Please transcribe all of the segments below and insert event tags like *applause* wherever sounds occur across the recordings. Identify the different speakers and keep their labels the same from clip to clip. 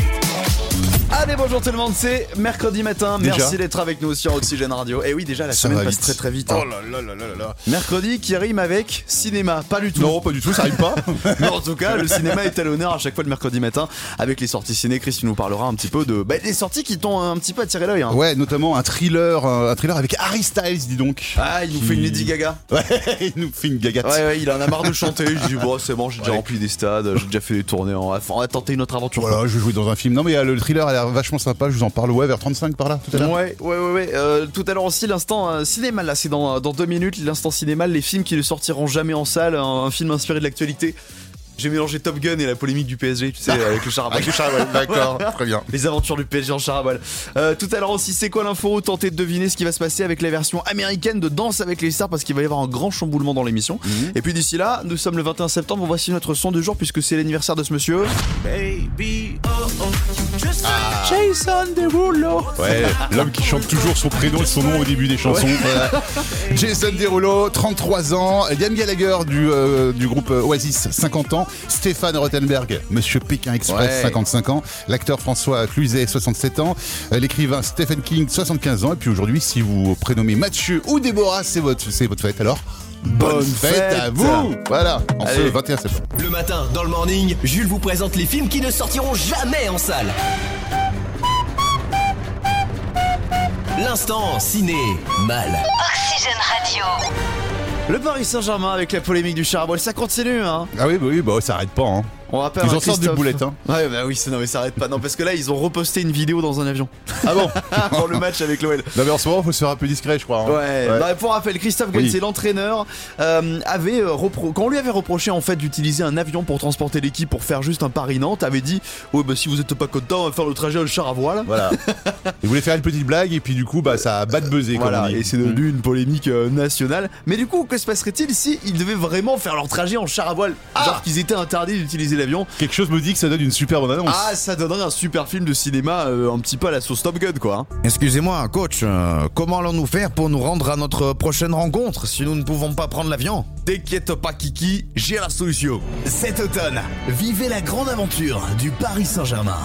Speaker 1: Allez bonjour tout le monde, c'est mercredi matin.
Speaker 2: Déjà
Speaker 1: Merci d'être avec nous sur Oxygène Radio. Et oui, déjà la
Speaker 2: Ça
Speaker 1: semaine
Speaker 2: va
Speaker 1: passe
Speaker 2: vite.
Speaker 1: très très vite. hein.
Speaker 2: Oh là là là là là là.
Speaker 1: Mercredi qui rime avec cinéma, pas du tout.
Speaker 2: Non, pas du tout, ça
Speaker 1: *laughs*
Speaker 2: arrive pas.
Speaker 1: Mais en tout cas, le cinéma est à l'honneur à chaque fois le mercredi matin avec les sorties ciné. Chris, tu nous parlera un petit peu de bah, des sorties qui t'ont un petit peu attiré l'œil. hein.
Speaker 2: ouais, notamment un thriller, euh, un thriller avec Harry Styles, dis donc. *laughs*
Speaker 1: Ah, il nous fait une Lady Gaga.
Speaker 2: Ouais, il nous fait une gagate.
Speaker 1: Ouais, ouais, il en a marre de chanter. Je dis, bon, c'est bon, j'ai déjà
Speaker 2: Ouais.
Speaker 1: rempli des stades, j'ai déjà fait des tournées. On va, on va tenter une autre aventure.
Speaker 2: Voilà, je vais jouer dans un film. Non, mais euh, le thriller a l'air vachement sympa. Je vous en parle, ouais, vers 35 par là, tout à l'heure.
Speaker 1: Ouais, ouais, ouais, ouais. Euh, tout à l'heure aussi, l'instant euh, cinéma, là, c'est dans, euh, dans deux minutes, l'instant cinéma, les films qui ne sortiront jamais en salle, un, un film inspiré de l'actualité. J'ai mélangé Top Gun et la polémique du PSG, tu sais, avec le char à
Speaker 2: Avec le char, ouais, d'accord, très bien.
Speaker 1: *laughs* Les aventures du PSG en char à balles. Euh, tout à l'heure aussi, c'est quoi l'info Tentez de deviner ce qui va se passer avec la version américaine de Danse avec les stars parce qu'il va y avoir un grand chamboulement dans l'émission.
Speaker 2: Mhm.
Speaker 1: Et puis d'ici là, nous sommes le 21 septembre, voici notre son du jour puisque c'est l'anniversaire de ce monsieur. Jason Derulo
Speaker 2: Ouais, l'homme qui chante toujours son prénom et son nom au début des chansons. Voilà. *laughs* Jason Derulo, 33 ans. Liam Gallagher du, euh, du groupe Oasis, 50 ans. Stéphane Rottenberg, Monsieur Pékin Express,
Speaker 1: Ouais.
Speaker 2: 55 ans. L'acteur François Cluzet, 67 ans. Euh, L'écrivain Stephen King, 75 ans. Et puis aujourd'hui, si vous prénommez Mathieu ou Déborah, c'est votre, c'est votre fête. Alors, bonne,
Speaker 1: Bonne
Speaker 2: fête, à
Speaker 1: fête.
Speaker 2: vous Voilà, en ce
Speaker 1: Allez.
Speaker 2: 21 septembre.
Speaker 3: Le matin, dans le morning, Jules vous présente les films qui ne sortiront jamais en salle. L'instant ciné mal.
Speaker 4: Oxygène Radio.
Speaker 1: Le Paris Saint-Germain avec la polémique du char à balles, ça continue hein
Speaker 2: Ah oui, bah oui, bah ça arrête pas. Hein.
Speaker 1: On rappelle
Speaker 2: Ils
Speaker 1: à
Speaker 2: en sortent des
Speaker 1: Christophe.
Speaker 2: boulettes, hein.
Speaker 1: Ouais, bah oui, c'est- non, mais ça arrête pas. Non, parce que là, ils ont reposté une vidéo dans un avion. *laughs*
Speaker 2: Ah *laughs* bon
Speaker 1: Avant le match avec l'OL.
Speaker 2: Non, mais en ce moment, faut se faire un peu discret, je crois. hein.
Speaker 1: Ouais, bah, pour rappel, Christophe Gauthier,
Speaker 2: Oui.
Speaker 1: l'entraîneur, euh, avait euh, repro- quand on lui avait reproché en fait d'utiliser un avion pour transporter l'équipe pour faire juste un Paris-Nantes, avait dit Ouais, bah si vous êtes pas content, on va faire le trajet en char à voile.
Speaker 2: Voilà. *laughs* Il voulait faire une petite blague et puis du coup, bah, ça a bad buzzé. comme
Speaker 1: Voilà,
Speaker 2: on dit. Mm.
Speaker 1: et c'est devenu une polémique euh, nationale. Mais du coup, que se passerait-il si ils devaient vraiment faire leur trajet en char à voile
Speaker 2: Ah
Speaker 1: Genre qu'ils étaient interdits d'utiliser l'avion.
Speaker 2: Quelque chose me dit que ça donne une super bonne annonce.
Speaker 1: Ah, ça donnerait un super film de cinéma, euh, un petit peu à la sauce Top Gun, quoi. hein.
Speaker 5: Excusez-moi, coach, euh, comment allons-nous faire pour nous rendre à notre prochaine rencontre si nous ne pouvons pas prendre l'avion
Speaker 3: T'inquiète pas Kiki, j'ai la solution. Cet automne, vivez la grande aventure du Paris Saint-Germain.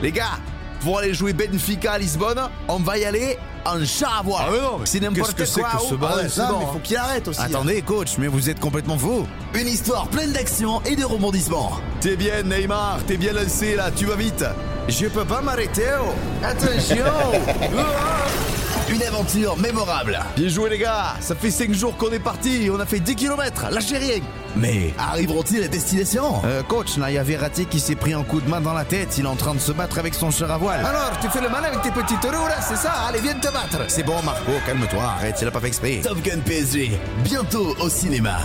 Speaker 3: Les gars, pour aller jouer Benfica à Lisbonne, on va y aller en char à
Speaker 5: Ah
Speaker 3: voile. c'est n'importe
Speaker 5: qu'est-ce que
Speaker 3: quoi.
Speaker 5: c'est que ce
Speaker 3: oh,
Speaker 1: Ah
Speaker 5: bordel
Speaker 3: ouais,
Speaker 5: C'est
Speaker 3: ça,
Speaker 5: bon,
Speaker 3: mais
Speaker 5: hein.
Speaker 3: faut qu'il arrête aussi. hein.
Speaker 5: Attendez, coach, mais vous êtes complètement fou
Speaker 3: Une histoire pleine d'action et de rebondissements.
Speaker 1: T'es bien Neymar, t'es bien lancé là, tu vas vite.
Speaker 5: Je peux pas m'arrêter, oh
Speaker 3: Attention *laughs* Une aventure mémorable.
Speaker 1: Bien joué les gars, ça fait 5 jours qu'on est parti, on a fait 10 km, lâchez rien.
Speaker 3: Mais arriveront-ils à destination
Speaker 5: Euh, Coach, là, il y a Verratti qui s'est pris un coup de main dans la tête, il est en train de se battre avec son char à voile.
Speaker 3: Alors, tu fais le mal avec tes petites roues là, c'est ça Allez, viens te battre
Speaker 5: C'est bon, Marco, calme-toi, arrête, il a pas fait exprès.
Speaker 3: Top Gun PSG, bientôt au cinéma.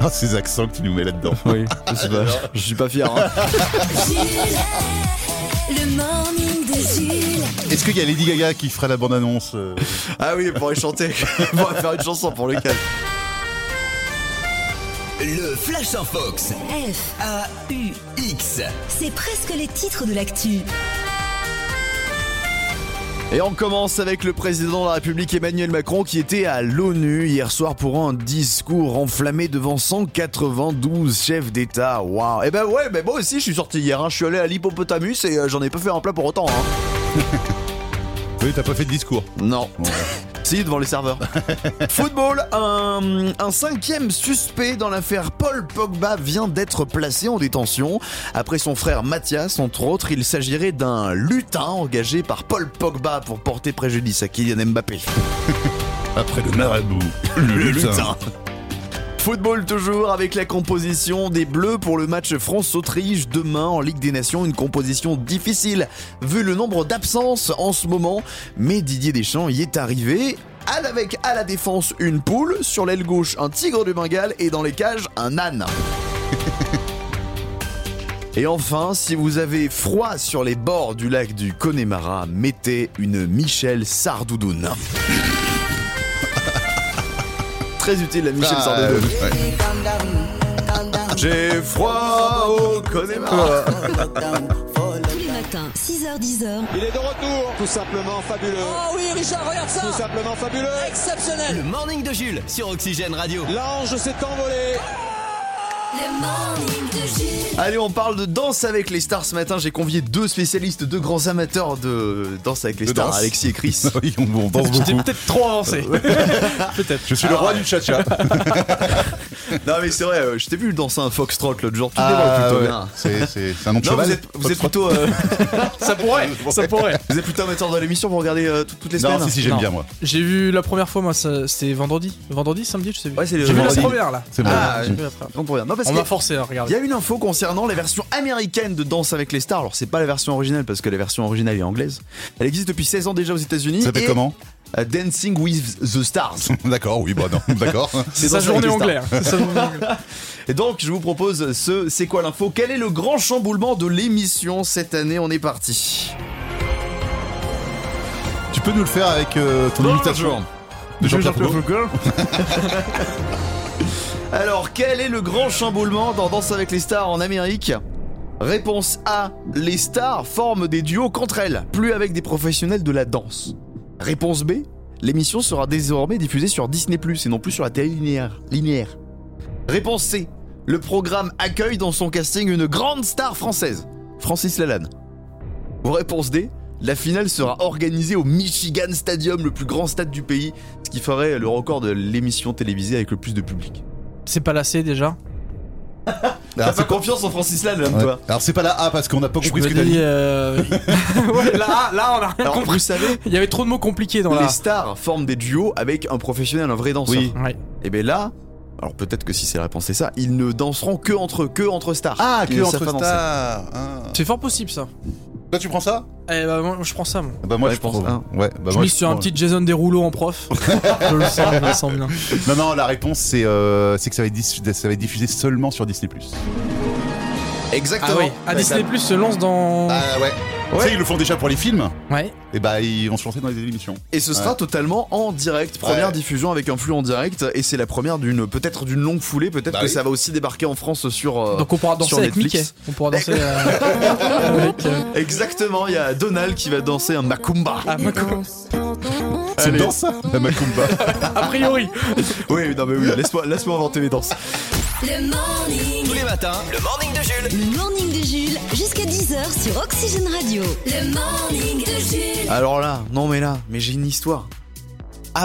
Speaker 2: Ah, ces accents que tu nous mets *laughs* là-dedans.
Speaker 1: Oui, je suis pas, je suis pas
Speaker 3: *laughs*
Speaker 1: fier. hein.
Speaker 4: Jules. Le morning de Jules.
Speaker 2: Est-ce qu'il y a Lady Gaga qui fera la bande-annonce euh *laughs*
Speaker 1: Ah oui, pour y chanter, *laughs* pour faire une chanson pour le cas.
Speaker 3: Le Flash en Fox,
Speaker 4: F,
Speaker 3: A-U-X.
Speaker 4: c'est presque les titres de l'actu.
Speaker 1: Et on commence avec le président de la République Emmanuel Macron qui était à l'ONU hier soir pour un discours enflammé devant 192 chefs d'État. Waouh. Et ben ouais, mais moi aussi je suis sorti hier, hein. je suis allé à l'Hippopotamus et euh, j'en ai pas fait un plat pour autant. hein.
Speaker 2: Oui, t'as pas fait de discours.
Speaker 1: Non. Si, devant les serveurs. Football, un, un cinquième suspect dans l'affaire Paul Pogba vient d'être placé en détention. Après son frère Mathias, entre autres, il s'agirait d'un lutin engagé par Paul Pogba pour porter préjudice à Kylian Mbappé.
Speaker 2: Après le marabout, le lutin.
Speaker 1: Football toujours avec la composition des Bleus pour le match France-Autriche demain en Ligue des Nations. Une composition difficile vu le nombre d'absences en ce moment. Mais Didier Deschamps y est arrivé. à- Avec à la défense une poule, sur l'aile gauche un tigre de Bengale et dans les cages un âne. Et enfin, si vous avez froid sur les bords du lac du Connemara, mettez une Michel Sardoudoune. *laughs* Très utile la Michel
Speaker 2: Ah,
Speaker 1: Sardoudoune.
Speaker 2: ouais.
Speaker 1: J'ai froid au
Speaker 6: Tous
Speaker 1: Connemara.
Speaker 4: Tous les matins, matin, 6h10h.
Speaker 6: Il est de retour, tout simplement fabuleux.
Speaker 7: Oh oui, Richard, regarde ça
Speaker 6: Tout simplement fabuleux.
Speaker 7: Exceptionnel
Speaker 8: Le morning de Jules sur Oxygène Radio.
Speaker 6: L'ange s'est envolé.
Speaker 4: Le morning de Jules.
Speaker 1: Allez, on parle de danse avec les stars ce matin. J'ai convié deux spécialistes, deux grands amateurs de danse avec les
Speaker 2: De
Speaker 1: stars,
Speaker 2: danse.
Speaker 1: Alexis et *laughs* Chris.
Speaker 2: Oui, on, on danse
Speaker 9: J'étais
Speaker 2: beaucoup.
Speaker 9: peut-être trop avancé.
Speaker 2: Je suis le roi du cha-cha.
Speaker 1: non, mais c'est vrai, euh, je t'ai vu danser un foxtrot l'autre jour. Tout
Speaker 2: Ah,
Speaker 1: démarre plutôt hein.
Speaker 2: ouais.
Speaker 1: bien.
Speaker 2: C'est c'est- c'est un nom de
Speaker 1: Non,
Speaker 2: cheval.
Speaker 1: vous êtes, vous êtes plutôt, euh, *laughs*
Speaker 9: ça pourrait, ça pourrait.
Speaker 1: vous êtes plutôt amateur de l'émission, vous regardez euh, tout- toutes les semaines
Speaker 2: hein. Non, si, si, j'aime
Speaker 9: Non.
Speaker 2: bien moi.
Speaker 9: J'ai vu la première fois, moi, ça- c'était vendredi. Vendredi, samedi, je sais plus.
Speaker 1: Ouais, c'est le
Speaker 9: J'ai vu la
Speaker 1: vendredi.
Speaker 9: première, là.
Speaker 2: C'est bon.
Speaker 1: Ah,
Speaker 9: J'ai vu la première.
Speaker 1: Non, pour rien. Non, parce
Speaker 9: On
Speaker 1: que-
Speaker 9: m'a forcé à
Speaker 1: Il y
Speaker 9: regarder.
Speaker 1: a une info concernant la version américaine de Danse avec les stars. Alors c'est pas la version originale parce que la version originale est anglaise. Elle existe depuis 16 ans déjà aux États-Unis.
Speaker 2: Ça s'appelle
Speaker 1: et,
Speaker 2: comment
Speaker 1: euh, Dancing with the *laughs* Stars.
Speaker 2: D'accord, oui, bah non, *laughs* d'accord.
Speaker 9: C'est sa
Speaker 1: Danse avec
Speaker 9: journée
Speaker 1: les stars.
Speaker 9: anglaise. hein. C'est sa journée anglaise.
Speaker 1: Et donc je vous propose ce c'est quoi l'info Quel est le grand chamboulement de l'émission cette année On est parti.
Speaker 2: Tu peux nous le faire avec euh, ton imitation de Jean-Pierre Foucault
Speaker 1: *laughs* Alors quel est le grand chamboulement dans Danse avec les stars en Amérique Réponse A les stars forment des duos contre elles, plus avec des professionnels de la danse. Réponse B L'émission sera désormais diffusée sur Disney et non plus sur la télé linéaire. linéaire. Réponse C. Le programme accueille dans son casting une grande star française, Francis Lalanne. Réponse D. La finale sera organisée au Michigan Stadium, le plus grand stade du pays, ce qui ferait le record de l'émission télévisée avec le plus de public.
Speaker 9: *laughs* C'est pas lassé déjà.
Speaker 1: T'as pas confiance en Francis Lalanne,
Speaker 2: Ah, Ouais.
Speaker 1: toi
Speaker 2: Alors c'est pas la A parce qu'on n'a pas
Speaker 9: Je
Speaker 2: compris
Speaker 9: me
Speaker 2: ce que t'as
Speaker 9: dis,
Speaker 2: dit.
Speaker 9: euh, *laughs* ouais, là, là, on a rien
Speaker 1: Alors,
Speaker 9: compris.
Speaker 1: vous
Speaker 2: *laughs*
Speaker 1: savez,
Speaker 9: Il y avait trop de mots compliqués dans la.
Speaker 1: les stars forment des duos avec un professionnel, un vrai danseur.
Speaker 2: Oui.
Speaker 9: Ouais.
Speaker 1: Et bien là, alors peut-être que si c'est la réponse c'est ça, ils ne danseront que entre eux, que entre stars.
Speaker 2: Ah,
Speaker 1: Ils
Speaker 2: que
Speaker 1: ne
Speaker 2: entre
Speaker 1: savent pas danser.
Speaker 2: stars. Ah.
Speaker 9: C'est fort possible ça.
Speaker 2: Toi, tu prends ça
Speaker 9: Eh bah, moi, je prends ça. Moi.
Speaker 2: Bah moi
Speaker 1: Ouais,
Speaker 2: je
Speaker 1: je pense,
Speaker 2: pense.
Speaker 1: hein.
Speaker 2: Ouais, bah
Speaker 9: je
Speaker 2: moi,
Speaker 9: mise sur un
Speaker 2: prends.
Speaker 9: petit Jason Derulo en prof. je le sens, je le sens bien.
Speaker 2: Non non, la réponse c'est euh, c'est que ça va, être dis- ça va être diffusé seulement sur Disney+.
Speaker 1: Exactement.
Speaker 9: Ah oui. À Disney Plus se lance dans.
Speaker 2: Ah ouais. Tu sais ils le font déjà pour les films.
Speaker 9: Ouais.
Speaker 2: Et bah ils vont se lancer dans les émissions.
Speaker 1: Et ce sera
Speaker 2: Ouais.
Speaker 1: totalement en direct, première
Speaker 2: Ouais.
Speaker 1: diffusion avec un flux en direct, et c'est la première d'une peut-être d'une longue foulée, peut-être
Speaker 2: Bah
Speaker 1: que
Speaker 2: oui.
Speaker 1: ça va aussi débarquer en France sur. euh,
Speaker 9: Donc on pourra danser
Speaker 1: sur
Speaker 9: avec Mickey.
Speaker 1: Netflix.
Speaker 9: On pourra danser euh, avec. euh,
Speaker 1: Exactement, il y a Donald qui va danser un macumba.
Speaker 9: ah, ma co-
Speaker 2: C'est dans ça la Macumba.
Speaker 9: a priori.
Speaker 1: Oui, non mais oui, laisse-moi laisse inventer mes danses.
Speaker 4: Le morning.
Speaker 8: Tous les matins, le morning de Jules.
Speaker 4: Le morning de Jules. Jusqu'à 10h sur Oxygène Radio. Le morning de Jules.
Speaker 1: Alors là, non mais là, mais j'ai une histoire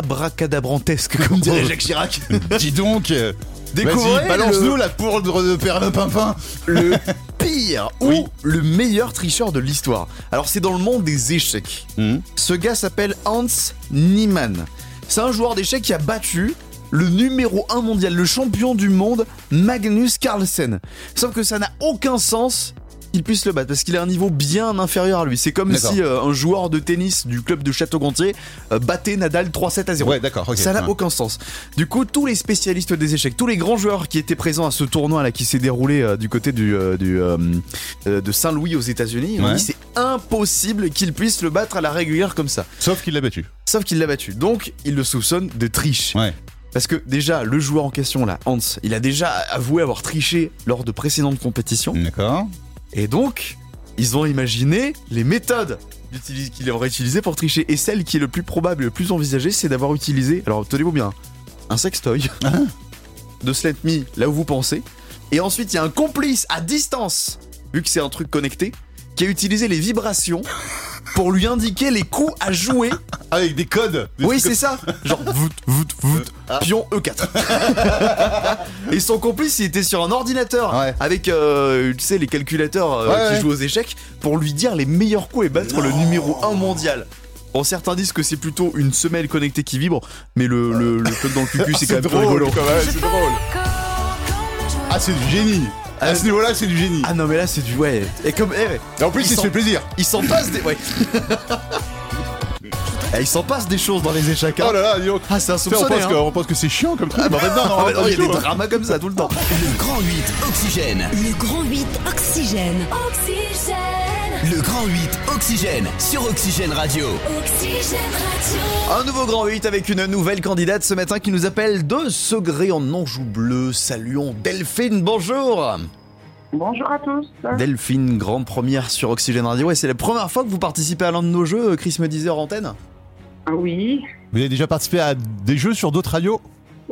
Speaker 1: abracadabrantesque comme dirait Jacques Chirac.
Speaker 2: Dis donc. euh,
Speaker 1: Découvrez
Speaker 2: Vas-y, balance-nous la poudre de perlimpinpin. *laughs*
Speaker 1: le pire ou
Speaker 2: Oui.
Speaker 1: le meilleur tricheur de l'histoire. Alors c'est dans le monde des échecs.
Speaker 2: Mhm.
Speaker 1: Ce gars s'appelle Hans Niemann. C'est un joueur d'échecs qui a battu le numéro 1 mondial, le champion du monde, Magnus Carlsen. Sauf que ça n'a aucun sens qu'il puisse le battre parce qu'il a un niveau bien inférieur à lui. C'est comme
Speaker 2: D'accord.
Speaker 1: si euh, un joueur de tennis du club de Château-Gontier euh, battait Nadal 3-7 à 0.
Speaker 2: Ouais, d'accord. ok. Ah.
Speaker 1: Ça n'a
Speaker 2: Ouais.
Speaker 1: aucun sens. Du coup, tous les spécialistes des échecs, tous les grands joueurs qui étaient présents à ce tournoi là qui s'est déroulé euh, du côté du, euh, du, euh, euh, de Saint-Louis aux États-Unis, ont
Speaker 2: Ouais.
Speaker 1: dit c'est impossible qu'il puisse le battre à la régulière comme ça.
Speaker 2: Sauf qu'il l'a battu.
Speaker 1: Sauf qu'il l'a battu. Donc, ils le soupçonnent de triche.
Speaker 2: Ouais.
Speaker 1: Parce que déjà, le joueur en question là, Hans, il a déjà avoué avoir triché lors de précédentes compétitions.
Speaker 2: D'accord.
Speaker 1: Et donc, ils ont imaginé les méthodes d'utili- qu'il aurait utilisées pour tricher. Et celle qui est le plus probable, le plus envisagée, c'est d'avoir utilisé, alors tenez-vous bien, un sextoy, de Slent Me là où vous pensez. Et ensuite, il y a un complice à distance, vu que c'est un truc connecté, qui a utilisé les vibrations pour lui indiquer les coups à jouer.
Speaker 2: Ah, Avec des codes. Des
Speaker 1: Oui,
Speaker 2: trucs
Speaker 1: c'est ça. Genre, voûte, voûte, voûte, pion
Speaker 2: E
Speaker 1: E4. *laughs* Et son complice, il était sur un ordinateur
Speaker 2: Ouais.
Speaker 1: avec, euh, tu sais, les calculateurs euh,
Speaker 2: Ouais,
Speaker 1: qui
Speaker 2: ouais.
Speaker 1: jouent aux échecs pour lui dire les meilleurs coups et battre le numéro 1 mondial. Bon, certains disent que c'est plutôt une semelle connectée qui vibre, mais le, le, le truc dans le
Speaker 2: comme- *laughs*
Speaker 1: cucu,
Speaker 2: Ah,
Speaker 1: c'est quand même
Speaker 2: drôle,
Speaker 1: rigolo.
Speaker 2: quand même, c'est drôle. Ah, c'est du génie. À ce niveau-là, c'est du génie.
Speaker 1: Ah non, mais là, c'est du. Ouais. Et comme. eh, ouais.
Speaker 2: Et en plus,
Speaker 1: Ils
Speaker 2: il se
Speaker 1: sont-
Speaker 2: fait plaisir.
Speaker 1: Il s'en passe des.
Speaker 2: *laughs*
Speaker 1: Ouais. Eh, il s'en passe des choses dans les échecs. hein.
Speaker 2: Oh là là, dis donc.
Speaker 1: Ah, c'est
Speaker 2: Tu sais, on,
Speaker 1: insoupçonné.
Speaker 2: pense
Speaker 1: hein.
Speaker 2: que, on pense que c'est chiant comme truc. mais en fait, non, non,
Speaker 1: Ah, bah,
Speaker 2: non,
Speaker 1: non, il y a
Speaker 2: c'est
Speaker 1: des
Speaker 2: chaud. hein.
Speaker 1: dramas comme ça tout le temps.
Speaker 8: Le grand 8 Oxygène.
Speaker 4: Le grand 8 Oxygène. Oxygène.
Speaker 8: Le grand 8 Oxygène sur Oxygène Radio.
Speaker 4: Oxygène Radio.
Speaker 1: Un nouveau grand 8 avec une nouvelle candidate ce matin qui nous appelle de Segré en Anjou Bleu. Saluons Delphine, bonjour
Speaker 7: Bonjour à tous.
Speaker 1: Delphine, grande première sur Oxygène Radio. Et c'est la première fois que vous participez à l'un de nos jeux, Chris me disait en
Speaker 2: *laughs*
Speaker 1: antenne.
Speaker 7: Ah Oui.
Speaker 2: Vous avez déjà participé à des jeux sur d'autres radios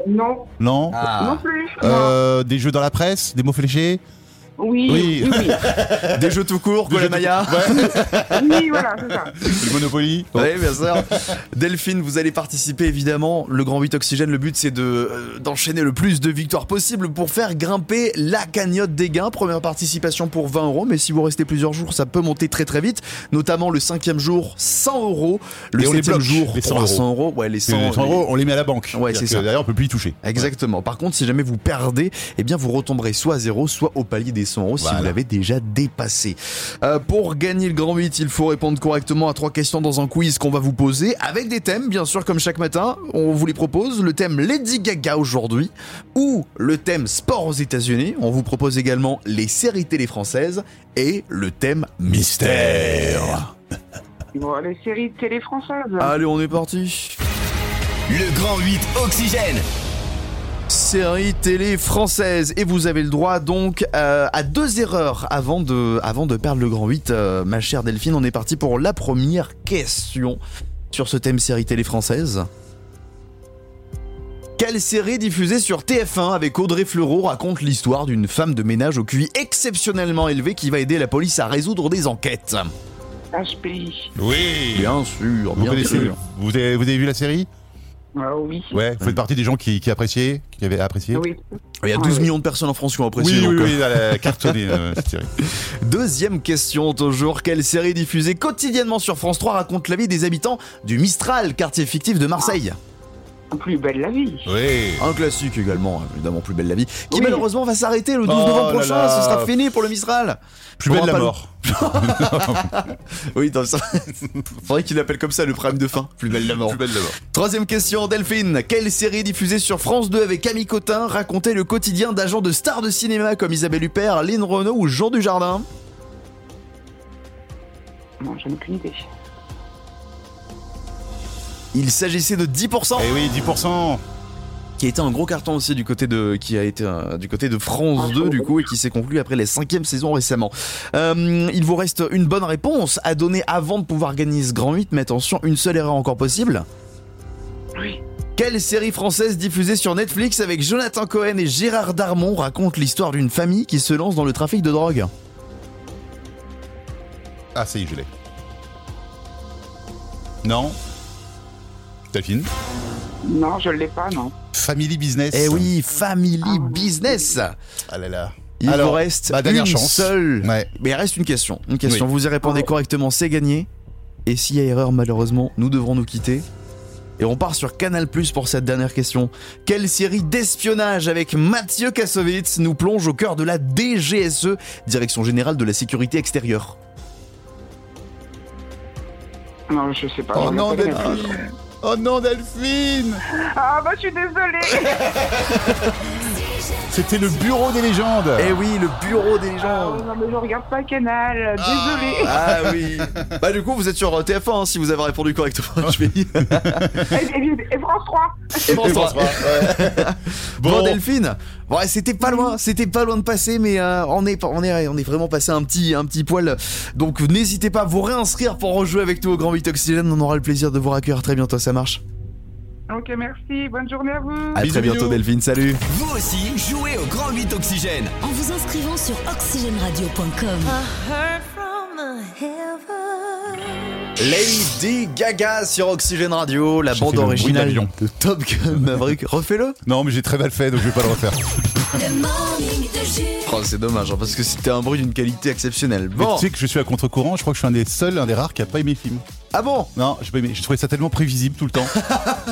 Speaker 7: Non.
Speaker 2: Non
Speaker 1: Ah.
Speaker 7: Non plus.
Speaker 2: Ah. Euh, Des jeux dans la presse Des mots fléchés
Speaker 7: Non. Oui.
Speaker 2: oui.
Speaker 7: Oui,
Speaker 2: *laughs*
Speaker 7: oui.
Speaker 1: Des jeux tout court,
Speaker 2: Des jeux
Speaker 1: Golemaya.
Speaker 7: Oui, voilà, c'est ça.
Speaker 2: Le Monopoly Bon.
Speaker 1: Oui, bien sûr. Delphine, vous allez participer évidemment. Le Grand 8 Oxygène, le but c'est de euh, d'enchaîner le plus de victoires possible pour faire grimper la cagnotte des gains. Première participation pour 20 euros, mais si vous restez plusieurs jours, ça peut monter très très vite. Notamment le cinquième jour, 100 euros. Le
Speaker 2: Et on les
Speaker 1: septième
Speaker 2: bloque,
Speaker 1: jour,
Speaker 2: les 100 euros.
Speaker 1: 300 euros. Ouais, les
Speaker 2: C'est
Speaker 1: 100
Speaker 2: les 100 euros, on les met à la banque.
Speaker 1: Ouais,
Speaker 2: C'est-à-dire
Speaker 1: c'est
Speaker 2: que
Speaker 1: ça.
Speaker 2: Derrière, on peut plus y toucher.
Speaker 1: Exactement. Par contre, si jamais vous perdez, eh bien vous retomberez soit à zéro, soit au palier des 100 euros si
Speaker 2: Voilà.
Speaker 1: vous l'avez déjà dépassé. Euh, pour gagner le grand 8, il faut répondre correctement à trois questions dans un quiz qu'on va vous poser avec des thèmes, bien sûr, comme chaque matin. On vous les propose. Le thème Lady Gaga aujourd'hui ou le thème sport aux États-Unis. On vous propose également les séries télé françaises et le thème mystère.
Speaker 7: Bon, les séries de télé françaises.
Speaker 2: Ah.
Speaker 1: Allez, on est parti.
Speaker 8: Le Grand 8 Oxygène.
Speaker 1: Série télé française et vous avez le droit donc euh, à deux erreurs avant de, avant de perdre le grand 8 euh, ma chère Delphine on est parti pour la première question sur ce thème série télé française quelle série diffusée sur TF1 avec Audrey Fleurot raconte l'histoire d'une femme de ménage au QI exceptionnellement élevé qui va aider la police à résoudre des enquêtes
Speaker 7: HPI.
Speaker 2: Oui
Speaker 1: Bien sûr,
Speaker 2: vous
Speaker 1: bien
Speaker 2: connaissez
Speaker 1: sûr.
Speaker 2: vous avez, vous avez vu la série
Speaker 7: Ah oui. Ah
Speaker 2: Ouais, vous faites partie des gens qui, qui appréciaient, qui avaient apprécié
Speaker 7: Oui.
Speaker 1: Il y a 12 millions de personnes en France qui ont
Speaker 2: oui,
Speaker 1: apprécié.
Speaker 2: Ah oui,
Speaker 1: donc, euh,
Speaker 2: oui, elle a cartonné, euh, cette série.
Speaker 1: Deuxième question toujours, quelle série diffusée quotidiennement sur France 3 raconte la vie des habitants du Mistral, quartier fictif de Marseille
Speaker 2: Ah.
Speaker 7: Plus belle la vie.
Speaker 2: Oui.
Speaker 1: Un classique également, évidemment, plus belle la vie, qui
Speaker 7: Oui.
Speaker 1: malheureusement va s'arrêter le 12
Speaker 2: Oh
Speaker 1: novembre
Speaker 2: là
Speaker 1: prochain,
Speaker 2: là.
Speaker 1: ce sera fini pour le Mistral
Speaker 2: Plus belle
Speaker 1: On va
Speaker 2: la
Speaker 1: pas le-
Speaker 2: mort.
Speaker 1: Oui, dans le sens- *laughs* faudrait qu'il appelle comme ça le prime de fin, plus belle la mort.
Speaker 2: Plus belle la mort.
Speaker 1: Troisième question, Delphine, quelle série diffusée sur France 2 avec Camille Cotin racontait le quotidien d'agents de stars de cinéma comme Isabelle Huppert, Lynn Renault ou Jean Dujardin
Speaker 7: Non, j'en ai aucune idée.
Speaker 1: Il s'agissait de 10%
Speaker 2: Eh oui, 10%.
Speaker 1: qui a été un gros carton aussi du côté de qui a été euh, du côté de France 2 du coup et qui s'est conclu après la cinquième saison récemment. Euh, il vous reste une bonne réponse à donner avant de pouvoir gagner ce grand 8, mais attention, une seule erreur encore possible.
Speaker 7: Oui.
Speaker 1: Quelle série française diffusée sur Netflix avec Jonathan Cohen et Gérard Darmon raconte l'histoire d'une famille qui se lance dans le trafic de drogue
Speaker 2: Ah, ça y est, je l'ai. Non. Delphine.
Speaker 7: Non, je ne l'ai pas, non.
Speaker 2: Family Business.
Speaker 1: Eh oui, Family Business.
Speaker 2: Ah là là.
Speaker 1: Il
Speaker 2: Alors,
Speaker 1: vous reste
Speaker 2: ma dernière
Speaker 1: une
Speaker 2: chance.
Speaker 1: seule.
Speaker 2: Ouais.
Speaker 1: Mais il reste une question. Une question.
Speaker 2: Oui. Oh.
Speaker 1: Vous y répondez correctement, c'est gagné. Et s'il y a erreur, malheureusement, nous devrons nous quitter. Et on part sur Canal Plus pour cette dernière question. Quelle série d'espionnage avec Mathieu Kassovitz nous plonge au cœur de la DGSE, E, Direction Générale de la Sécurité Extérieure
Speaker 7: Non, je sais pas.
Speaker 2: Oh
Speaker 7: je
Speaker 2: non,
Speaker 7: connais
Speaker 2: Delphine.
Speaker 7: plus.
Speaker 2: Oh non, Delphine
Speaker 7: Ah bah, je
Speaker 2: *laughs*
Speaker 7: suis désolée.
Speaker 2: C'était le bureau des légendes.
Speaker 1: Eh oui, le Bureau des
Speaker 7: Ah,
Speaker 1: légendes
Speaker 7: non, mais je regarde pas Canal. Désolée. *laughs*
Speaker 1: Ah oui Bah du coup, vous êtes sur euh, TF1 hein, si vous avez répondu correctement. Je vais y-
Speaker 7: Et, et- et France 3.
Speaker 1: Et bon, ça- *laughs* Bon,
Speaker 2: Bon,
Speaker 1: Delphine, ouais, c'était pas loin, c'était pas loin de passer, mais euh, on, est, on, est, on est vraiment passé un petit, un petit poil. Donc n'hésitez pas à vous réinscrire pour rejouer avec nous au Grand 8 Oxygène. On aura le plaisir de vous accueillir très bientôt, ça marche.
Speaker 7: Ok, merci. Bonne journée à vous.
Speaker 1: À
Speaker 2: Bisous,
Speaker 1: très bientôt,
Speaker 2: bisous.
Speaker 1: Delphine, salut.
Speaker 8: Vous aussi, jouez au Grand 8 Oxygène.
Speaker 4: En vous inscrivant sur oxygenradio.com.
Speaker 1: Lady Gaga sur Oxygène Radio, la
Speaker 2: J'ai
Speaker 1: bande
Speaker 2: fait le bruit
Speaker 1: originale
Speaker 2: d'avion.
Speaker 1: de Top Gun
Speaker 2: *laughs*
Speaker 1: Maverick. Refais-le.
Speaker 2: Non, mais j'ai très mal fait, donc je vais pas le refaire.
Speaker 4: Le morning de Jules.
Speaker 1: Oh, c'est dommage, hein, parce que c'était un bruit d'une qualité exceptionnelle.
Speaker 2: Mais
Speaker 1: Bon,
Speaker 2: Tu sais que je suis à contre-courant, je crois que je suis un des seuls, un des rares qui a pas aimé le film.
Speaker 1: ah bon
Speaker 2: Non, j'ai pas aimé. J'ai trouvé ça tellement prévisible tout
Speaker 1: *laughs*
Speaker 2: le temps.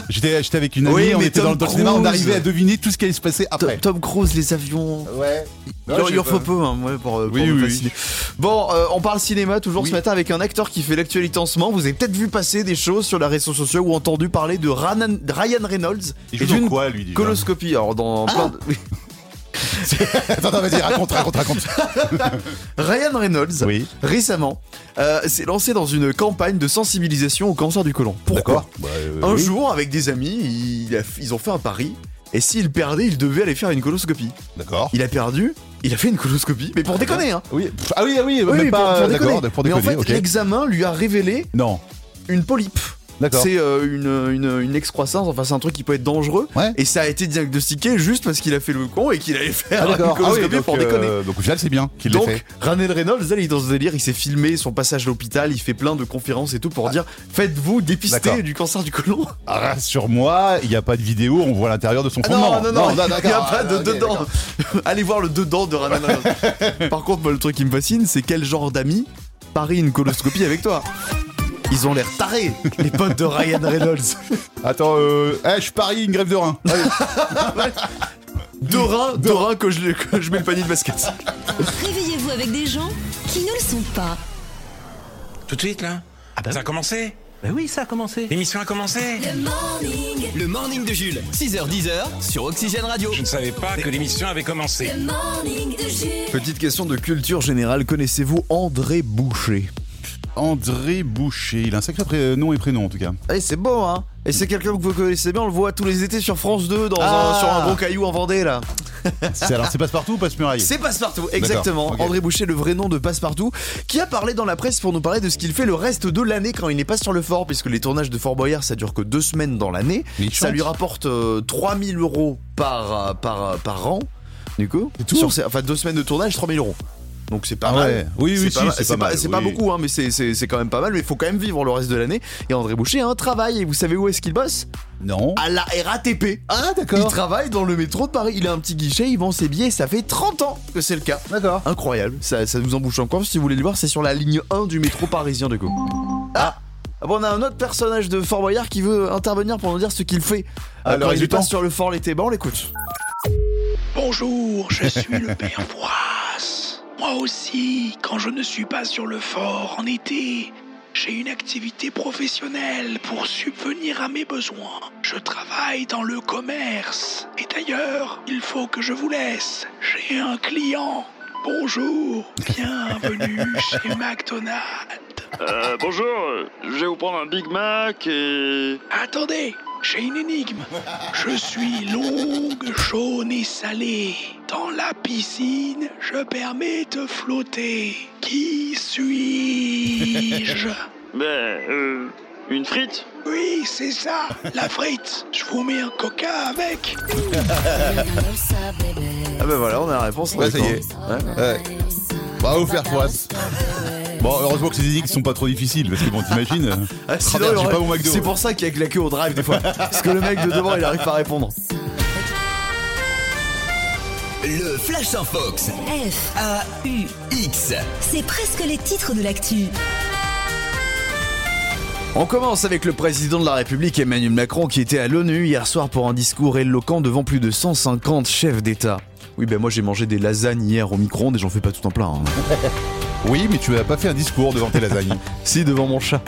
Speaker 2: j'étais, j'étais avec une amie,
Speaker 1: Oui,
Speaker 2: on
Speaker 1: mais
Speaker 2: était
Speaker 1: Tom
Speaker 2: dans, le- dans le cinéma, on
Speaker 1: Cruise.
Speaker 2: arrivait à deviner tout ce qui allait se passer
Speaker 1: Tom,
Speaker 2: après.
Speaker 1: Tom Cruise, les avions.
Speaker 2: Bah Ouais.
Speaker 1: Il
Speaker 2: Non,
Speaker 1: en-
Speaker 2: j'ai
Speaker 1: il en
Speaker 2: pas-
Speaker 1: faut peu, hein, ouais, pour, euh, pour
Speaker 2: Oui,
Speaker 1: me
Speaker 2: oui,
Speaker 1: fasciner. Bon, euh, on parle cinéma toujours
Speaker 2: Oui.
Speaker 1: ce matin avec un acteur qui fait l'actualité en ce moment. Vous avez peut-être vu passer des choses sur les réseaux sociaux ou entendu parler de Ranan- Ryan Reynolds
Speaker 2: Il
Speaker 1: et
Speaker 2: joue dans
Speaker 1: d'une
Speaker 2: quoi, lui déjà Ah
Speaker 1: coloscopie. Alors, dans plein de- Oui. *laughs*
Speaker 2: Attends, attends, vas-y, raconte, raconte, raconte.
Speaker 1: Ryan Reynolds,
Speaker 2: Oui.
Speaker 1: récemment, euh, s'est lancé dans une campagne de sensibilisation au cancer du côlon. Pourquoi
Speaker 2: Bah, euh,
Speaker 1: Un
Speaker 2: oui.
Speaker 1: jour, avec des amis, il a- ils ont fait un pari. Et s'il perdait, il devait aller faire une coloscopie.
Speaker 2: D'accord.
Speaker 1: Il a perdu, Il a fait une coloscopie, mais pour déconner, hein.
Speaker 2: Oui. Pff, Ah oui, ah oui,
Speaker 1: Oui,
Speaker 2: même
Speaker 1: oui, pour-
Speaker 2: pas.
Speaker 1: pour déconner.
Speaker 2: D'accord, pour
Speaker 1: mais en
Speaker 2: déconner,
Speaker 1: fait,
Speaker 2: ok.
Speaker 1: l'examen lui a révélé
Speaker 2: Non,
Speaker 1: une polype.
Speaker 2: d'accord.
Speaker 1: C'est euh, une, une, une excroissance, enfin c'est un truc qui peut être dangereux.
Speaker 2: Ouais.
Speaker 1: Et ça a été diagnostiqué juste parce qu'il a fait le con et qu'il allait faire
Speaker 2: Ah,
Speaker 1: une
Speaker 2: d'accord. Ah oui,
Speaker 1: coloscopie
Speaker 2: donc,
Speaker 1: pour
Speaker 2: euh,
Speaker 1: déconner.
Speaker 2: donc au final, c'est bien qu'il l'ait
Speaker 1: Donc,
Speaker 2: fait.
Speaker 1: Ranel Reynolds, elle, il est dans ce délire, il s'est filmé son passage à l'hôpital, il fait plein de conférences et tout pour dire faites-vous
Speaker 2: Ah. D'accord.
Speaker 1: dépister du cancer du côlon.
Speaker 2: Rassure moi, Ah, il n'y a pas de vidéo, on voit l'intérieur de son
Speaker 1: Ah non,
Speaker 2: fondement.
Speaker 1: non, non, Ah, il n'y a
Speaker 2: d'accord. Ah,
Speaker 1: pas de
Speaker 2: Ok,
Speaker 1: dedans.
Speaker 2: d'accord.
Speaker 1: *laughs* Allez voir le dedans de Ranel Reynolds. *laughs* Par contre, moi, le truc qui me fascine, c'est quel genre d'amis parie une coloscopie avec toi Ils ont l'air tarés, les potes de Ryan Reynolds. *laughs*
Speaker 2: Attends, euh, eh, je parie une grève de rein.
Speaker 1: Deux reins, deux reins que je, que je mets le panier de basket.
Speaker 4: Réveillez-vous avec des gens qui ne le sont pas.
Speaker 10: Tout de suite là
Speaker 1: bah
Speaker 10: Ça a commencé
Speaker 6: Ben oui, ça a commencé.
Speaker 10: L'émission a commencé
Speaker 4: Le morning,
Speaker 8: Le morning de Jules, 6h10 sur Oxygène Radio.
Speaker 10: Je ne savais pas que l'émission avait commencé.
Speaker 4: le morning de Jules.
Speaker 1: *laughs* Petite question de culture générale connaissez-vous André Boucher
Speaker 2: André Boucher, il a un sacré pré- euh, nom et prénom en tout cas.
Speaker 1: Eh, c'est beau, hein Et c'est quelqu'un que vous connaissez bien, on le voit tous les étés sur France 2, dans
Speaker 2: Ah.
Speaker 1: un- sur un gros caillou en Vendée, là.
Speaker 2: C'est- alors c'est passe-partout ou passe-muraille
Speaker 1: C'est Passepartout, exactement.
Speaker 2: ok.
Speaker 1: André Boucher, le vrai nom de Passepartout, qui a parlé dans la presse pour nous parler de ce qu'il fait le reste de l'année quand il n'est pas sur le fort, puisque les tournages de Fort Boyard, ça dure que deux semaines dans l'année.
Speaker 2: Mais il
Speaker 1: Ça
Speaker 2: chante.
Speaker 1: lui rapporte 3000 euros par, euh, par, euh, par an, du coup.
Speaker 2: tout
Speaker 1: Sur ces- enfin, deux semaines de tournage, 3000 euros. Donc c'est pas
Speaker 2: Ah
Speaker 1: mal.
Speaker 2: ouais. Oui, oui,
Speaker 1: c'est
Speaker 2: si,
Speaker 1: pas, mal-
Speaker 2: c'est
Speaker 1: c'est
Speaker 2: pas
Speaker 1: pas-
Speaker 2: mal,
Speaker 1: c'est pas
Speaker 2: oui.
Speaker 1: beaucoup, hein, mais c'est- c'est c'est quand même pas mal. Mais il faut quand même vivre le reste de l'année. Et André Boucher a un travail. Et vous savez où est-ce qu'il bosse
Speaker 2: Non.
Speaker 1: à la RATP.
Speaker 2: Ah
Speaker 1: Il
Speaker 2: d'accord.
Speaker 1: travaille dans le métro de Paris. Il a un petit guichet, il vend ses billets. Ça fait 30 ans que c'est le cas.
Speaker 2: D'accord.
Speaker 1: Incroyable. Ça, ça nous embouche encore. Si vous voulez le voir, c'est sur la ligne 1 du métro parisien, du coup. Ah Ah bon, on a un autre personnage de Fort Boyard qui veut intervenir pour nous dire ce qu'il fait.
Speaker 2: Ah,
Speaker 1: Alors,
Speaker 2: l'heure
Speaker 1: il
Speaker 2: du
Speaker 1: passe
Speaker 2: temps.
Speaker 1: sur le fort l'été. Bon, on l'écoute.
Speaker 11: Bonjour, je suis le père Boisse. Moi aussi, quand je ne suis pas sur le fort en été, j'ai une activité professionnelle pour subvenir à mes besoins. Je travaille dans le commerce. Et d'ailleurs, il faut que je vous laisse. J'ai un client. Bonjour, bienvenue chez McDonald's. Attendez, j'ai une énigme. Je suis longue, jaune et salée. Dans la piscine, je permets de flotter. Qui
Speaker 6: *laughs*
Speaker 11: suis-je
Speaker 6: Ben, euh, Une frite
Speaker 11: Oui, c'est ça, la frite. Je vous mets un coca avec.
Speaker 1: Ah bah voilà, on a la réponse.
Speaker 2: Ouais, Ah, ça y est. Ouais.
Speaker 1: Bah,
Speaker 2: Bravo faire Fouas. Bon, heureusement que ces énigmes sont pas trop difficiles parce que bon, t'imagines. euh,
Speaker 1: Ah, sinon,
Speaker 2: Traverse,
Speaker 1: il
Speaker 2: j'ai
Speaker 1: aurait-
Speaker 2: pas mon McDo.
Speaker 1: C'est pour ça qu'il y a que la queue au drive des fois. Parce que le mec de devant, il arrive pas à répondre.
Speaker 8: Le Flash en Fox.
Speaker 4: F,
Speaker 8: A-U-X.
Speaker 4: c'est presque les titres de l'actu.
Speaker 1: On commence avec le président de la République Emmanuel Macron qui était à l'ONU hier soir pour un discours éloquent devant plus de 150 chefs d'État. Oui, ben moi j'ai mangé des lasagnes hier au micro-ondes et j'en fais pas tout un plein. hein. *laughs*
Speaker 2: Oui, mais tu as pas fait un discours devant tes *laughs* lasagnes.
Speaker 1: Si, devant mon chat.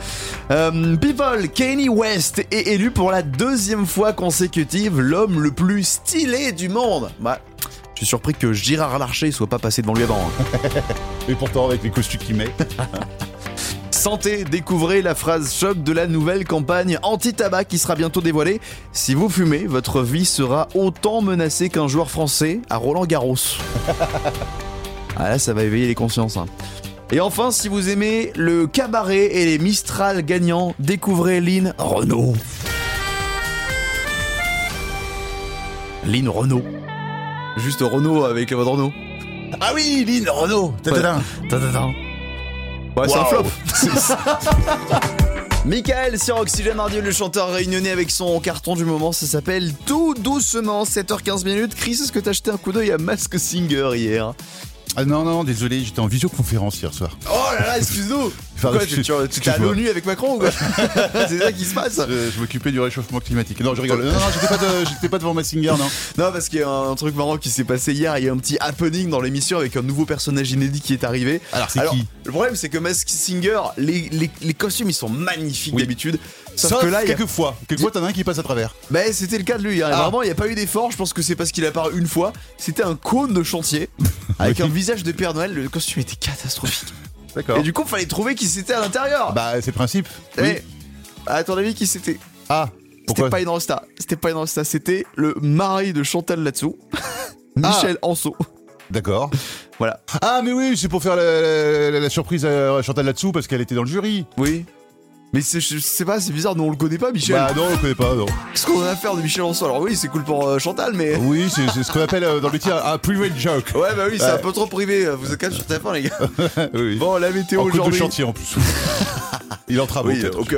Speaker 1: *laughs* Euh, people, Kanye West est élu pour la deuxième fois consécutive l'homme le plus stylé du monde. Bah, je suis surpris que Gérard Larcher soit pas passé devant lui avant. hein.
Speaker 2: Mais pourtant avec les costumes qu'il met.
Speaker 1: Santé, découvrez la phrase choc de la nouvelle campagne anti-tabac qui sera bientôt dévoilée. Si vous fumez, votre vie sera autant menacée qu'un joueur français à Roland Garros. ah là, ça va éveiller les consciences. hein. Et enfin, si vous aimez le cabaret et les Mistral gagnants, découvrez Lynn Renault. Lynn Renault. Juste Renault avec la voix de Renault.
Speaker 2: Ah oui, Lynn Renault.
Speaker 1: tadadin. Ouais, c'est un flop. *laughs* Michael sur Oxygène Radio, le chanteur réunionnais avec son carton du moment, ça s'appelle Tout doucement, 7h15 minutes. Chris, est-ce que t'as jeté un coup d'œil à Mask Singer hier
Speaker 2: Ah non non, désolé, j'étais en visioconférence hier soir.
Speaker 1: Oh là là, *laughs* excuse-nous
Speaker 2: Enfin,
Speaker 1: Quoi, tu,
Speaker 2: excuse-
Speaker 1: tu, tu- t'es à
Speaker 2: excuse-moi.
Speaker 1: l'ONU avec Macron ou *laughs* quoi C'est ça qui se passe
Speaker 2: Je, je m'occupais du réchauffement climatique. Non, je rigole. Non, non, j'étais pas, de- j'étais pas devant Massinger, non.
Speaker 1: Non, parce qu'il y a un truc marrant qui s'est passé hier, il y a un petit happening dans l'émission avec un nouveau personnage inédit qui est arrivé.
Speaker 2: Alors, c'est qui
Speaker 1: Le problème, c'est que Mask Singer, les, les- les costumes, ils sont magnifiques
Speaker 2: Oui.
Speaker 1: d'habitude. Sauf, que là, il y a-
Speaker 2: quelquefois, quelquefois, t'en as un qui passe à travers.
Speaker 1: Bah c'était le cas de lui, hein.
Speaker 2: Ah.
Speaker 1: vraiment il n'y a pas eu d'effort, je pense que c'est parce qu'il apparaît une fois, c'était un cône de
Speaker 2: *laughs*
Speaker 1: chantier, avec un visage de Père Noël, le costume était catastrophique.
Speaker 2: D'accord.
Speaker 1: Et du coup fallait trouver qui c'était à l'intérieur.
Speaker 2: Bah, c'est le principe.
Speaker 1: Eh,
Speaker 2: Oui.
Speaker 1: à ton avis qui c'était
Speaker 2: Ah,
Speaker 1: C'était
Speaker 2: pourquoi
Speaker 1: pas une Rosta, c'était pas une Rosta, c'était le mari de Chantal là-dessous.
Speaker 2: Ah.
Speaker 1: Michel Anso.
Speaker 2: D'accord.
Speaker 1: Voilà.
Speaker 2: Ah, mais oui, c'est pour faire la, la- la- la surprise à Chantal là-dessous parce qu'elle était dans le jury.
Speaker 1: Oui. Mais c'est- je sais pas, c'est bizarre, nous on le connaît pas, Michel.
Speaker 2: Bah non, on le connaît pas, non.
Speaker 1: Qu'est-ce qu'on a à faire de Michel Anso Alors oui, c'est cool pour euh, Chantal, mais.
Speaker 2: Oui, c'est c'est ce qu'on appelle euh, dans le métier un un private joke.
Speaker 1: Ouais, bah oui, c'est
Speaker 2: Ouais.
Speaker 1: un peu trop privé. Vous êtes quand même sur TF1, les gars.
Speaker 2: Oui.
Speaker 1: Bon, la météo
Speaker 2: en cours de
Speaker 1: aujourd'hui.
Speaker 2: chantier en *laughs* plus. Il est en travaux.
Speaker 1: Oui,
Speaker 2: peut-être.
Speaker 1: ok.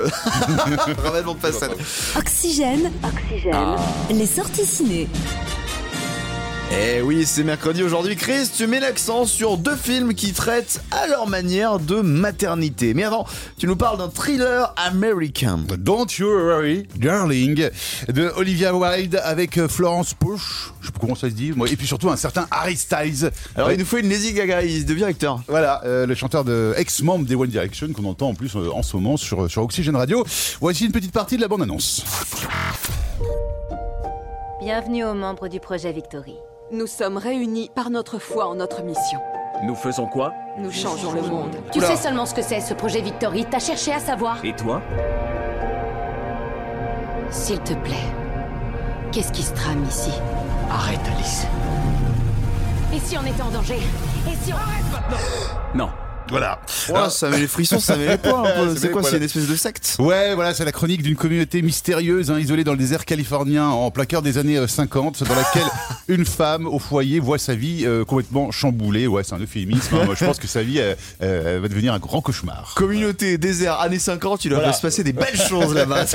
Speaker 1: *laughs* Ravalement de façade.
Speaker 4: Oxygène. Oxygène. Les sorties ciné.
Speaker 1: Eh oui, c'est mercredi aujourd'hui. Chris, tu mets l'accent sur deux films qui traitent à leur manière de maternité. Mais avant, tu nous parles d'un thriller américain.
Speaker 2: euh, Don't You Worry, Darling, de Olivia Wilde avec euh, Florence Push, je sais pas comment ça se dit, moi, et puis surtout un certain Harry Styles.
Speaker 1: Alors,
Speaker 2: Ouais.
Speaker 1: il nous faut une Lady Gaga, il devient acteur.
Speaker 2: Voilà, euh, le chanteur de ex-membre des One Direction qu'on entend en plus euh, en ce moment sur, sur Oxygène Radio. Voici une petite partie de la bande-annonce.
Speaker 12: Bienvenue aux membres du projet Victory. Nous sommes réunis par notre foi en notre mission.
Speaker 13: Nous faisons quoi
Speaker 12: Nous changeons le monde.
Speaker 13: Tu Oula. sais
Speaker 12: seulement ce que c'est ce projet Victory, t'as cherché à savoir.
Speaker 13: Et toi
Speaker 12: S'il te plaît, qu'est-ce qui se trame ici
Speaker 13: Arrête, Alice.
Speaker 12: Et si on était en danger Et si on... Arrête maintenant
Speaker 13: Non.
Speaker 2: Voilà.
Speaker 1: Ouais, ça met les frissons, Ah. *laughs* ça met les poils. un peu.
Speaker 2: Ça met
Speaker 1: C'est
Speaker 2: les
Speaker 1: quoi,
Speaker 2: poils.
Speaker 1: c'est une espèce de secte
Speaker 2: Ouais, voilà, c'est la chronique d'une communauté mystérieuse, hein, isolée dans le désert californien, en placard des années euh, 50, dans laquelle une femme au foyer voit sa vie euh, complètement chamboulée. Ouais, c'est un euphémisme. hein. Moi, je pense que sa vie euh, euh, va devenir un grand cauchemar.
Speaker 1: Communauté, désert, années 50, il doit
Speaker 2: Voilà.
Speaker 1: se passer des belles choses là-bas.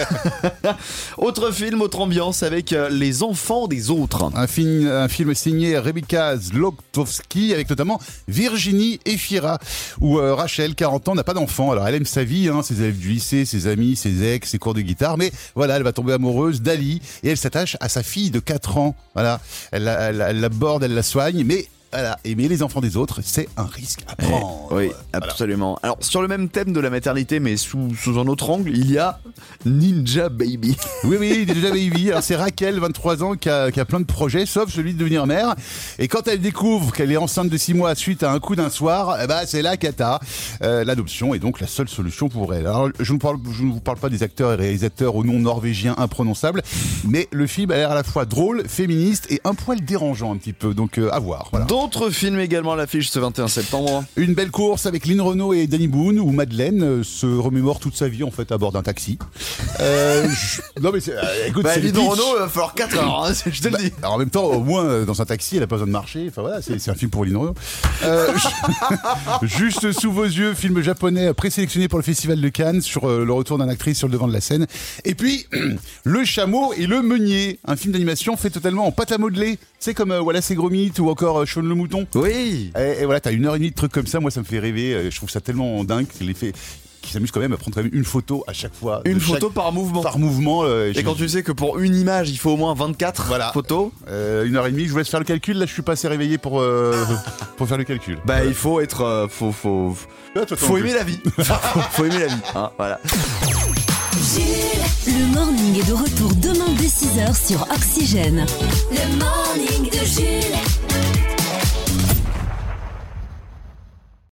Speaker 1: *laughs* autre film, autre ambiance avec euh, les enfants des autres.
Speaker 2: Hein, Un film, un film signé Rebecca Zlotowski avec notamment Virginie Efira où euh, Rachel, 40 ans, n'a pas d'enfant. Alors elle aime sa vie, hein, ses élèves du lycée, ses amis, ses ex, ses cours de guitare, mais voilà, elle va tomber amoureuse d'Ali et elle s'attache à sa fille de 4 ans. Voilà, elle, la- elle la- elle l'aborde, elle la soigne, mais voilà, aimer les enfants des autres, c'est un risque à prendre.
Speaker 1: Oui, absolument. Alors, sur le même thème de la maternité, mais sous, sous un autre angle, il y a Ninja
Speaker 2: *laughs*
Speaker 1: Baby.
Speaker 2: Oui, oui, déjà baby. Alors, c'est Raquel, 23 ans, qui a, qui a plein de projets, sauf celui de devenir mère. Et quand elle découvre qu'elle est enceinte de 6 mois suite à un coup d'un soir, eh ben, c'est la cata. Euh, L'adoption est donc la seule solution pour elle. Alors, je ne, parle, je ne vous parle pas des acteurs et réalisateurs au nom norvégien imprononçable, mais le film a l'air à la fois drôle, féministe et un poil dérangeant un petit peu. Donc, euh, à voir. Voilà.
Speaker 1: D'autres films également à l'affiche ce 21 septembre.
Speaker 2: Une belle course avec Lynn Renault et Danny Boone où Madeleine euh, se remémore toute sa vie en fait à bord d'un taxi. Euh, je- Non mais c'est- euh, écoute,
Speaker 1: bah,
Speaker 2: c'est le
Speaker 1: Lino
Speaker 2: pitch.
Speaker 1: Renault, il va falloir 4 heures, hein, je te le dis.
Speaker 2: Bah, alors, en même temps, au moins, euh, dans un taxi, elle a pas besoin de marcher. Enfin voilà, c'est c'est un film pour Lino Renaud. Euh, *laughs* ju- Juste sous vos yeux, film japonais présélectionné pour le Festival de Cannes sur euh, le retour d'un actrice sur le devant de la scène. Et puis, *clears throat* Le Chameau et le Meunier, un film d'animation fait totalement en pâte à modeler. C'est comme euh, Wallace et Gromit ou encore euh, Shaun le Mouton.
Speaker 1: Oui.
Speaker 2: Et, et voilà, t'as une heure et demie de trucs comme ça. Moi, ça me fait rêver. Euh, Je trouve ça tellement dingue qu'il fait qu'ils s'amusent quand même à prendre quand même une photo à chaque fois. de
Speaker 1: Une
Speaker 2: chaque-
Speaker 1: photo par mouvement.
Speaker 2: par mouvement. euh, je-
Speaker 1: Et quand tu sais que pour une image, il faut au moins 24 photos,
Speaker 2: euh, une heure et demie, je vous laisse faire le calcul. Là, je suis pas assez réveillé pour, euh, *laughs* pour faire le calcul.
Speaker 1: bah il faut être. euh, faut, faut,
Speaker 2: Ah, toi, toi
Speaker 1: faut
Speaker 2: non
Speaker 1: aimer
Speaker 2: plus.
Speaker 1: la vie. *laughs* faut, faut aimer la vie. hein, voilà.
Speaker 4: Le morning est de retour demain dès 6h sur Oxygène.
Speaker 14: Le morning de Jules.